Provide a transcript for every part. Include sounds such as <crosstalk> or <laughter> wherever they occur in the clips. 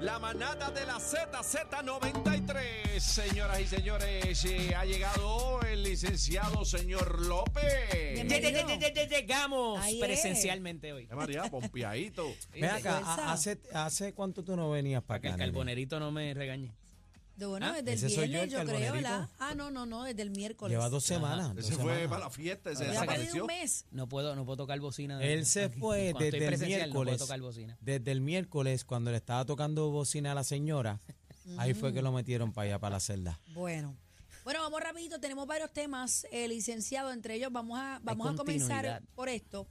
La manada de la Z, Z93. Señoras y señores, eh, ha llegado el licenciado señor López. Bien. Lle- lle- lle- lle- lle- Llegamos Ahí es. presencialmente hoy. Ave María, pompeadito. ¿Viste? Ven acá, Fuerza. ¿ha- ¿hace, ¿hace cuánto tú no venías Para para que acá? el nene? carbonerito no me regañe. Bueno, Ah, desde el ese soy yo, viernes, el yo, creo, carbonerito. ¿verdad? Ah, no, no, no, desde el miércoles. Lleva dos semanas. dos Ese fue semanas. para la fiesta, se Ya ha perdido desapareció. un mes. No puedo, no puedo tocar bocina. de- Él se fue Cuando estoy desde el presencial no puedo miércoles. tocar bocina. Desde el miércoles, cuando le estaba tocando bocina a la señora, ahí fue Mm. que lo metieron para allá, para la celda. Bueno. Bueno, vamos rapidito, tenemos varios temas, eh, licenciado, entre ellos vamos a, vamos a continuidad. comenzar por esto.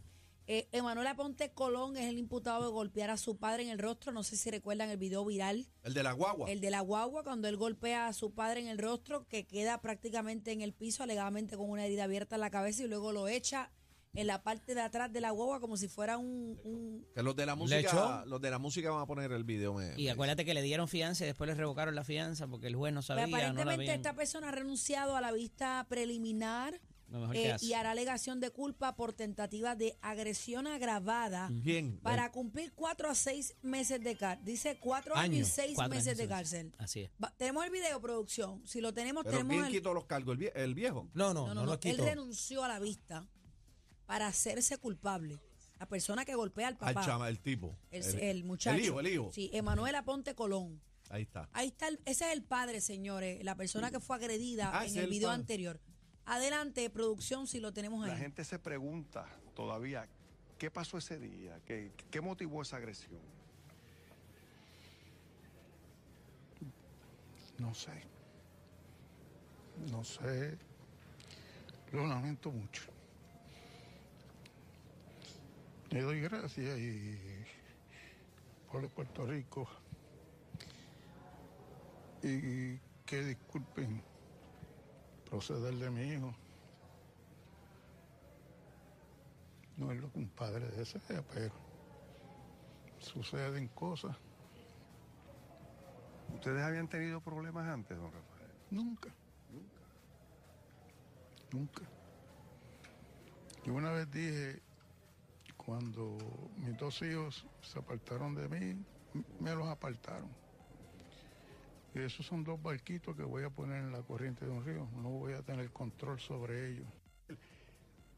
Eh, Emanuel Aponte Colón es el imputado de golpear a su padre en el rostro, no sé si recuerdan el video viral, El de la guagua. el de la guagua, cuando él golpea a su padre en el rostro, que queda prácticamente en el piso, alegadamente con una herida abierta en la cabeza y luego lo echa en la parte de atrás de la guagua como si fuera un- un, Que los de la música, ¿Lechón? los de la música van a poner el video. me- Y me- acuérdate que le dieron fianza y después le revocaron la fianza porque el juez no Pues sabía. no la aparentemente habían- esta persona ha renunciado a la vista preliminar Lo mejor eh, que hace. y hará alegación de culpa por tentativa de agresión agravada ¿Quién? para cumplir cuatro a seis meses de cárcel. Dice cuatro años, Años, y seis cuatro meses años de y seis. cárcel. Así es. Va- tenemos el video, producción. Si lo tenemos, Pero tenemos ¿quién el... quitó los cargos? ¿El vie- ¿El viejo? No, no, No, no, no, no. lo Él quitó. renunció a la vista para hacerse culpable. La persona que golpea al Al papá. chama, el tipo. el, el muchacho. El hijo, el hijo. Sí, Emanuel Aponte Colón. Ahí está. Ahí está, el- ese es el padre, señores, la persona que fue agredida Ah, en ese es el el video padre. anterior. Adelante, producción, si lo tenemos La ahí. gente se pregunta todavía qué pasó ese día, qué, qué motivó esa agresión. No sé. No sé. Lo lamento mucho. Le doy gracias y por Puerto Rico. Y que disculpen proceder de mi hijo. No es lo que un padre desea, pero suceden cosas. ¿Ustedes habían tenido problemas antes, don Rafael? Nunca. Nunca. Yo una vez dije, cuando mis dos hijos se apartaron de mí, m- me los apartaron. Y esos son dos barquitos que voy a poner en la corriente de un río. No voy a tener control sobre ellos.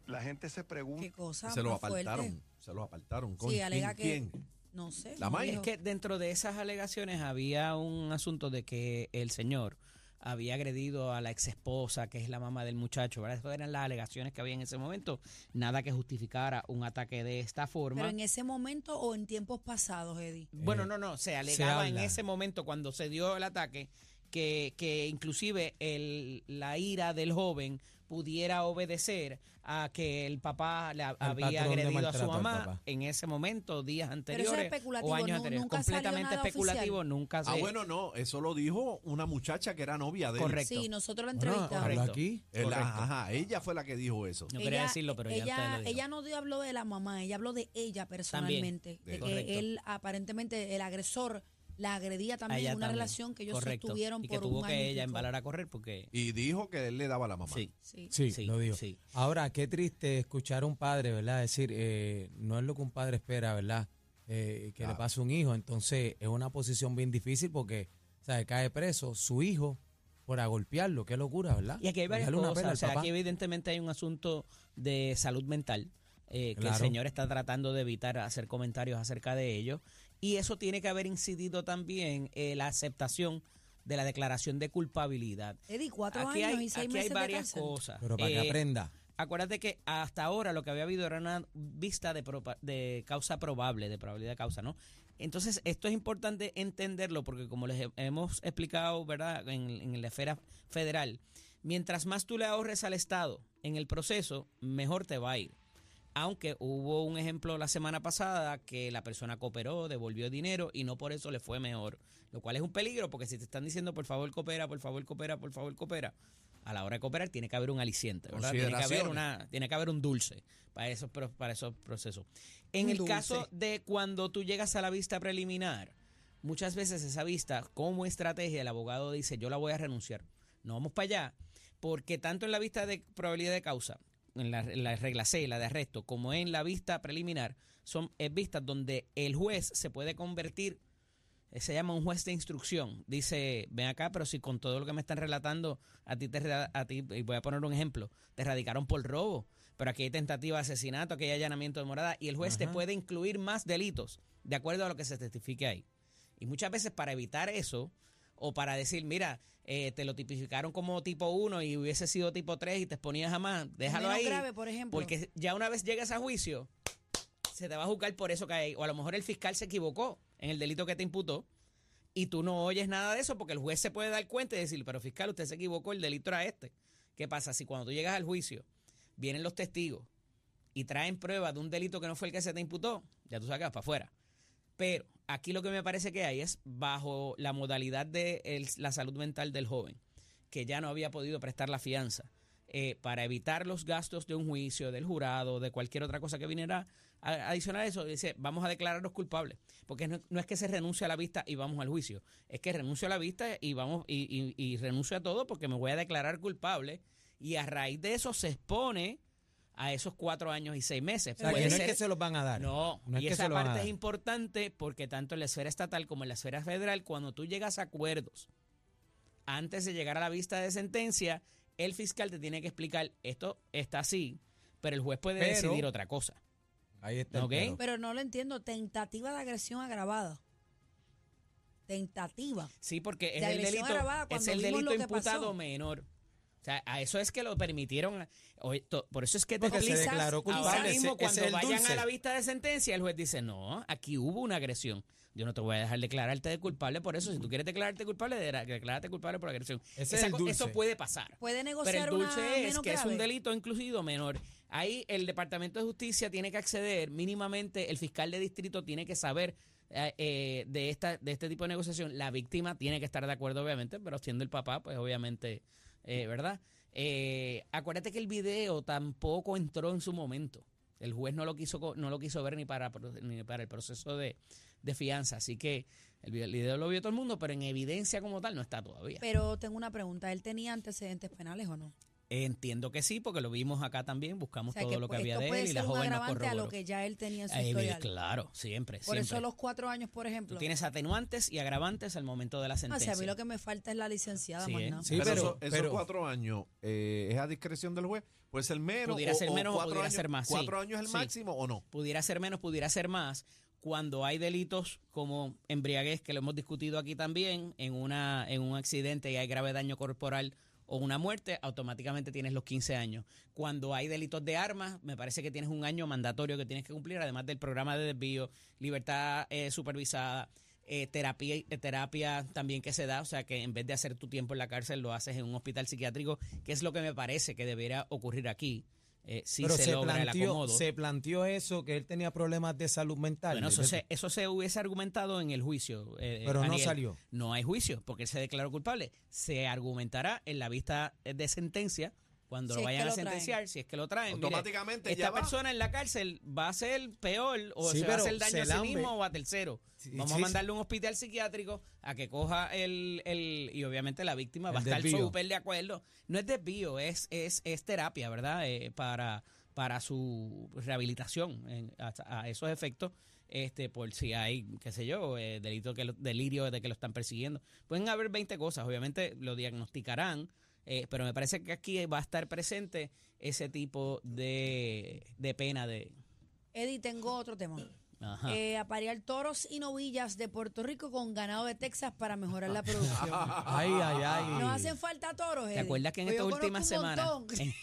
La gente se pregunta. Qué cosa. Se los más fuerte. apartaron. Se los apartaron. ¿Con Sí, quién? alega que. ¿Quién? No sé. La no May. dijo. Es que dentro de esas alegaciones había un asunto de que el señor había agredido a la exesposa, que es la mamá del muchacho, ¿verdad? Esas eran las alegaciones que había en ese momento. Nada que justificara un ataque de esta forma. Pero en ese momento o en tiempos pasados, Eddie. Bueno, no, no, se alegaba en Eh, habla. ese momento cuando se dio el ataque que, que inclusive el, la ira del joven pudiera obedecer a que el papá le ha- Al había patrón le agredido a su maltrató al mamá papá. en ese momento, días es anteriores especulativo, o años nu- anteriores. nunca salió Completamente nada especulativo, oficial. nunca se... Ah, bueno, no. Eso lo dijo una muchacha que era novia de él. Correcto. Sí, nosotros la Bueno, entrevistamos. habló Correcto. aquí. Él- Correcto. ajá, ella fue la que dijo eso. No quería decirlo, pero ya ustedes lo ella, dijeron. ella no dio- habló de la mamá, ella habló de ella personalmente. De- de Correcto. que él, aparentemente, el agresor la agredía A también ella en una también. relación que ellos Correcto. sostuvieron y que por tuvo un año. que y ella pico. embalar a correr porque... Y dijo que él le daba a la mamá. Sí. Sí. Sí, Sí, lo dijo. sí. Ahora, qué triste escuchar a un padre, ¿verdad? Decir, eh, no es lo que un padre espera, ¿verdad? Eh, que Claro. le pase a un hijo. Entonces, es una posición bien difícil porque, ¿sabes? Cae preso su hijo por agolpearlo. Qué locura, ¿verdad? Y aquí hay varias Dejarle una cosas. pela O al sea, papá. aquí evidentemente hay un asunto de salud mental eh, que el Claro. señor está tratando de evitar hacer comentarios acerca de ello. Y eso tiene que haber incidido también eh, la aceptación de la declaración de culpabilidad. Eddie, cuatro aquí años hay, y seis aquí hay meses de varias cárcel. cosas. Pero para Eh, que aprenda. Acuérdate que hasta ahora lo que había habido era una vista de, propa- de causa probable, de probabilidad de causa, ¿no? Entonces, esto es importante entenderlo porque como les he- hemos explicado, ¿verdad?, en, en la esfera federal, mientras más tú le ahorres al Estado en el proceso, mejor te va a ir. Aunque hubo un ejemplo la semana pasada que la persona cooperó, devolvió dinero y no por eso le fue mejor, lo cual es un peligro porque si te están diciendo por favor coopera, por favor coopera, por favor coopera, a la hora de cooperar tiene que haber un aliciente, ¿verdad? Tiene que haber Consideraciones. una, tiene que haber un dulce para esos pro- para esos procesos. En el caso de cuando tú llegas a la vista preliminar, muchas veces esa vista como estrategia el abogado dice, "Yo la voy a renunciar. No vamos para allá." Porque tanto en la vista de probabilidad de causa, en la, en la regla C, la de arresto, como en la vista preliminar, son eh, vistas donde el juez se puede convertir eh, se llama un juez de instrucción. Dice, ven acá, pero si con todo lo que me están relatando, a ti, te, reda- a ti y voy a poner un ejemplo, te radicaron por robo, pero aquí hay tentativa de asesinato, aquí hay allanamiento de morada, y el juez te Ajá. puede incluir más delitos de acuerdo a lo que se testifique ahí. Y muchas veces para evitar eso, o para decir, mira, eh, te lo tipificaron como tipo 1 y hubiese sido tipo 3 y te exponías a más, déjalo Menos ahí. grave, por ejemplo. Porque ya una vez llegas a juicio, se te va a juzgar por eso que hay. O a lo mejor el fiscal se equivocó en el delito que te imputó y tú no oyes nada de eso porque el juez se puede dar cuenta y decir, pero fiscal, usted se equivocó, el delito era este. ¿Qué pasa? Si cuando tú llegas al juicio vienen los testigos y traen pruebas de un delito que no fue el que se te imputó, ya tú sacas para afuera. Pero aquí lo que me parece que hay es bajo la modalidad de el- la salud mental del joven, que ya no había podido prestar la fianza eh, para evitar los gastos de un juicio, del jurado, de cualquier otra cosa que viniera a- adicional a eso, dice, vamos a declararnos culpables. Porque no, no es que se renuncie a la vista y vamos al juicio, es que renuncio a la vista y, vamos, y, y- y renuncio a todo porque me voy a declarar culpable y a raíz de eso se expone a esos cuatro años y seis meses. O sea, Puede que no es ser- que se los van a dar. no, No es y que esa se lo van a parte dar. es importante porque tanto en la esfera estatal como en la esfera federal, cuando tú llegas a acuerdos, antes de llegar a la vista de sentencia, el fiscal te tiene que explicar esto está así, pero el juez puede Pero- decidir otra cosa. Ahí está. el Ok. pero. Pero no lo entiendo. Tentativa de agresión agravada. Tentativa. Sí, porque es De el agresión delito, agravada, es cuando el vimos delito lo que imputado pasó. menor. O sea, a eso es que lo permitieron. Oye, to- por eso es que te Porque se quizás- explica- declaró quizás- culpable. Ahora ese- mismo, ese es Pues cuando el vayan dulce. a la vista de sentencia, el juez dice, no, aquí hubo una agresión. Yo no te voy a dejar declararte de culpable por eso. Si tú quieres declararte culpable, de- declárate culpable por agresión. Ese es Esa el co- dulce. Eso puede pasar. Puede Pero el negociar una dulce es menos que es grave. un delito inclusive menor. Ahí el Departamento de Justicia tiene que acceder mínimamente, el fiscal de distrito tiene que saber eh, eh, de esta de este tipo de negociación. La víctima tiene que estar de acuerdo, obviamente, pero siendo el papá, pues obviamente, eh, ¿verdad? Eh, acuérdate que el video tampoco entró en su momento. El juez no lo quiso co- no lo quiso ver ni para pro- ni para el proceso de, de fianza, así que el video, el video lo vio todo el mundo, pero en evidencia como tal no está todavía. Pero tengo una pregunta. ¿Él tenía antecedentes penales o no? Entiendo que sí, porque lo vimos acá también, buscamos O sea, todo que pues, lo que había esto de puede él y ser la un joven no agravante a corroboró. lo que ya él tenía en su Ahí, historial. claro, siempre, Por siempre. eso los cuatro años, por ejemplo. Tú tienes atenuantes y agravantes al momento de la O sea, sentencia. a mí lo que me falta es la licenciada Sí, más ¿eh? nada. Sí, pero, pero- eso- esos pero- cuatro años eh, es a discreción del juez. Puede ser menos. Pudiera o, ser o menos o cuatro pudiera años- ser más, sí. ¿Cuatro años es el Sí. máximo o no? Pudiera ser menos, pudiera ser más. Cuando hay delitos como embriaguez, que lo hemos discutido aquí también, en, una, en un accidente y hay grave daño corporal o una muerte, automáticamente tienes los 15 años. Cuando hay delitos de armas, me parece que tienes un año mandatorio que tienes que cumplir, además del programa de desvío, libertad eh, supervisada, eh, terapia, eh, terapia también que se da, o sea que en vez de hacer tu tiempo en la cárcel, lo haces en un hospital psiquiátrico, que es lo que me parece que debería ocurrir aquí. eh, si Pero se, se, logra el planteó, acomodo. se planteó eso, que él tenía problemas de salud mental. Bueno, eso Yo- se, eso se hubiese argumentado en el juicio. eh, pero no Aniel. salió. No hay juicio, porque él se declaró culpable. Se argumentará en la vista de sentencia, cuando Si lo es que vayan a lo traen. sentenciar, si es que lo traen. Mire, Automáticamente ya esta va. persona en la cárcel va a ser peor, o Sí, se va a pero hacer daño se a sí lambe. mismo o a tercero. Sí, Vamos sí, a sí. mandarle a un hospital psiquiátrico a que coja el... el y obviamente la víctima va a El estar desvío. súper de acuerdo. No es desvío, es, es, es terapia, ¿verdad? Eh, para, para su rehabilitación en- a, a esos efectos. Este, por si hay, qué sé yo, eh, delito que lo- delirio de que lo están persiguiendo. Pueden haber 20 cosas, obviamente lo diagnosticarán, eh, pero me parece que aquí va a estar presente ese tipo de, de pena de... Eddie, tengo otro tema. Ajá. Eh, aparear toros y novillas de Puerto Rico con ganado de Texas para mejorar <laughs> la producción. Ay, ay, ay. No hacen falta toros, ¿Te Eddie? acuerdas que en Pues yo estas conozco últimas un semanas... <laughs> montón. en-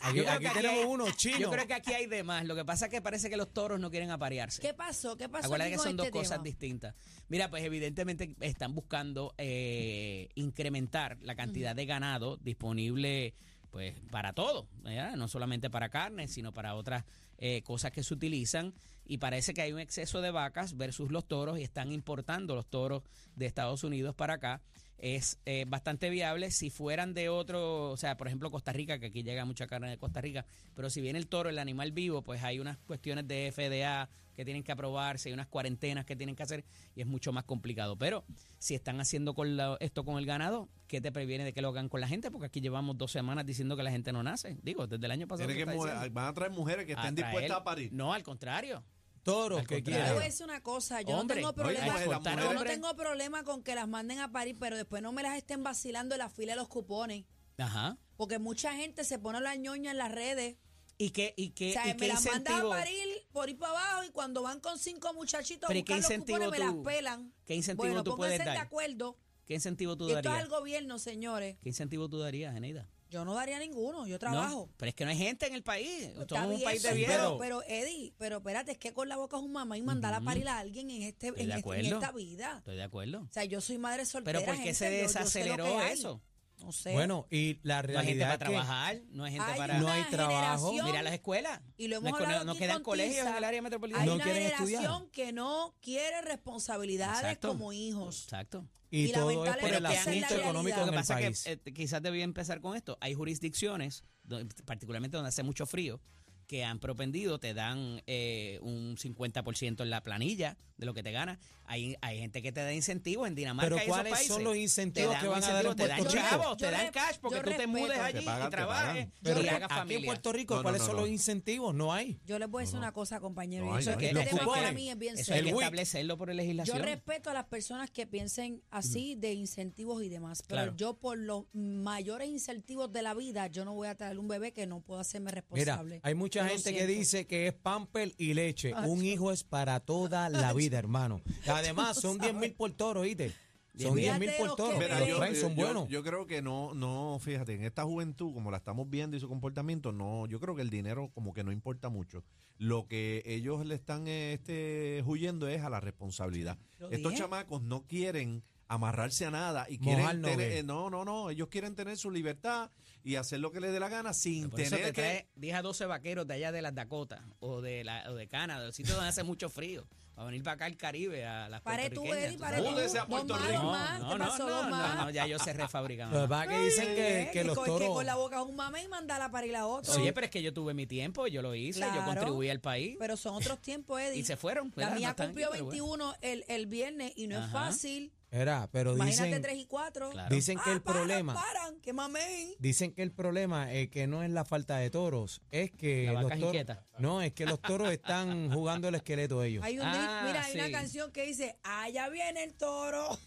Aquí, Yo creo aquí que aquí tenemos hay- uno chino. Yo creo que aquí hay de más. Lo que pasa es que parece que los toros no quieren aparearse. <laughs> ¿Qué pasó? ¿Qué pasó? Acuérdate aquí que con son dos este cosas tema? distintas. Mira, pues evidentemente están buscando eh, incrementar la cantidad de ganado disponible pues para todo, ¿verdad? no solamente para carne, sino para otras eh, cosas que se utilizan. Y parece que hay un exceso de vacas versus los toros y están importando los toros de Estados Unidos para acá. Es eh, bastante viable si fueran de otro, o sea, por ejemplo Costa Rica, que aquí llega mucha carne de Costa Rica, pero si viene el toro, el animal vivo, pues hay unas cuestiones de FDA que tienen que aprobarse, hay unas cuarentenas que tienen que hacer y es mucho más complicado. Pero si están haciendo con la- esto con el ganado, ¿qué te previene de que lo hagan con la gente? Porque aquí llevamos dos semanas diciendo que la gente no nace. Digo, desde el año pasado. Tiene se que está mujer- diciendo. van a traer mujeres que estén traer- dispuestas a parir. No, al contrario. toros Al que Yo contrario. quieran. voy a decir una cosa, yo Hombre, no tengo oye, problema, pues, las yo no mujeres- tengo problema con que las manden a París, pero después no me las estén vacilando en la fila de los cupones, Ajá. porque mucha gente se pone la ñoña en las redes. ¿Y qué, y qué, O sea, y qué me las mandan a incentivo? París por ir para abajo y cuando van con cinco muchachitos a Pero ¿y qué buscar los incentivo cupones me las tú- pelan. qué incentivo bueno, tú pónganse puedes dar? de acuerdo. ¿Qué incentivo tú Y esto es darías? al gobierno, señores. ¿Qué incentivo tú darías, Eneida? Yo no daría ninguno, yo No, trabajo. pero es que no hay gente en el país. Está Somos un bien, país de sí, viejo. pero, pero, Eddie, pero espérate, es que con la boca es un mamá y mandar a parir a alguien en, este, Estoy en, este- de en acuerdo. esta vida. Estoy de acuerdo. O sea, yo soy madre soltera. Pero ¿por qué se gente, yo- yo sé lo que desaceleró hay. eso? No sé. Bueno, y la No hay gente realidad para es que trabajar, no hay gente Hay para... no una hay trabajo. generación- Mira las escuelas. y lo No hemos es- hablado no aquí quedan con colegios Tiza. en el área metropolitana. Hay No una quieren generación estudiar. que no quiere responsabilidades Exacto. como hijos. Exacto. y, y todo es por lamentablemente esa el es la asunto económico realidad. Lo en que el pasa país. es que eh, quizás debía empezar con esto. Hay jurisdicciones, do- particularmente donde hace mucho frío, que han propendido, te dan eh, un 50% en la planilla de lo que te ganas. Hay, hay gente que te da incentivos en Dinamarca Pero y esos ¿cuáles son países. los Te incentivos dan que van a dar en incentivos, te Puerto dan Yo Rico? chavos, yo te dan re- cash porque yo tú te respeto. mudes allí Te pagan, y te trabajes pagan. Pero y aquí hagas familia. en Puerto Rico, No, no, ¿cuáles no, son no. los incentivos? No hay. Yo les voy a decir una cosa, compañeros. No, y eso hay- es que los este tema para cupones. mí es bien Eso hay serio. que El WIC. establecerlo por Yo legislación. respeto a las personas que piensen así de incentivos y demás, pero Claro. yo por los mayores incentivos de la vida, yo no voy a traer un bebé que no puedo hacerme Mira, responsable. hay mucha Lo gente que siento. dice que es pamper y leche. Un hijo es para toda la vida, hermano. Además, son 10 mil por toro, ¿oíste? Son 10.000. 10 mil por toro. Mira, Los yo- traen, son yo- buenos. yo creo que no, no, fíjate, en esta juventud, como la estamos viendo y su comportamiento, no, yo creo que el dinero como que no importa mucho. Lo que ellos le están eh, este, huyendo es a la responsabilidad. Lo Estos dije. chamacos no quieren amarrarse a nada y quieren Mojar no tener, ve. eh, no, no, no, ellos quieren tener su libertad y hacer lo que les dé la gana sin Por eso tener te que trae 10 a 12 vaqueros de allá de las Dakotas o de, la, o de Canadá, de sitios donde hace mucho frío, para venir para acá al Caribe, a las Pare tú, puertorriqueñas, Eddie, tú pare sabes. tú. Múdese a Puerto Dos más, Rico. dos más, No, ¿qué no, pasó? no, Dos no, más. no, ya yo sé Lo que refabricando. pasa es Ah, que dicen que, Eh, que los con- toros. con la boca es un mamá y mandarla para ir a otro. Oye, pero es que yo tuve mi tiempo, yo lo hice, yo Claro. contribuí al país Pero son otros tiempos, Eddie. y se fueron. La ¿verdad? No mía están aquí, cumplió pero bueno. 21 el, el viernes y no es Ajá. fácil. Era, pero Imagínate dicen, 3 y 4. Claro. dicen que Ah, el problema. Paran, que mamén. Dicen que el problema es que no es la falta de toros, es que La vaca los es toros, inquieta. no, es que los toros están jugando el esqueleto ellos. Hay un Ah, dri- mira, hay sí. una canción que dice, allá viene el toro.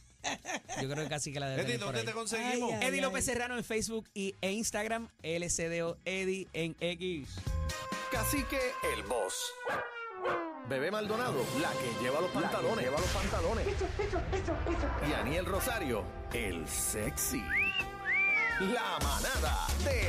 Yo creo que casi que la debe Eddie, tener por ¿dónde ahí. te conseguimos? Ay, ay. Eddie López Serrano en Facebook y, e Instagram, LCDO Eddie en X. Cacique, el boss. Bebé Maldonado, la que lleva los pantalones. lleva los pantalones. Y Aniel Rosario, el sexy. La manada de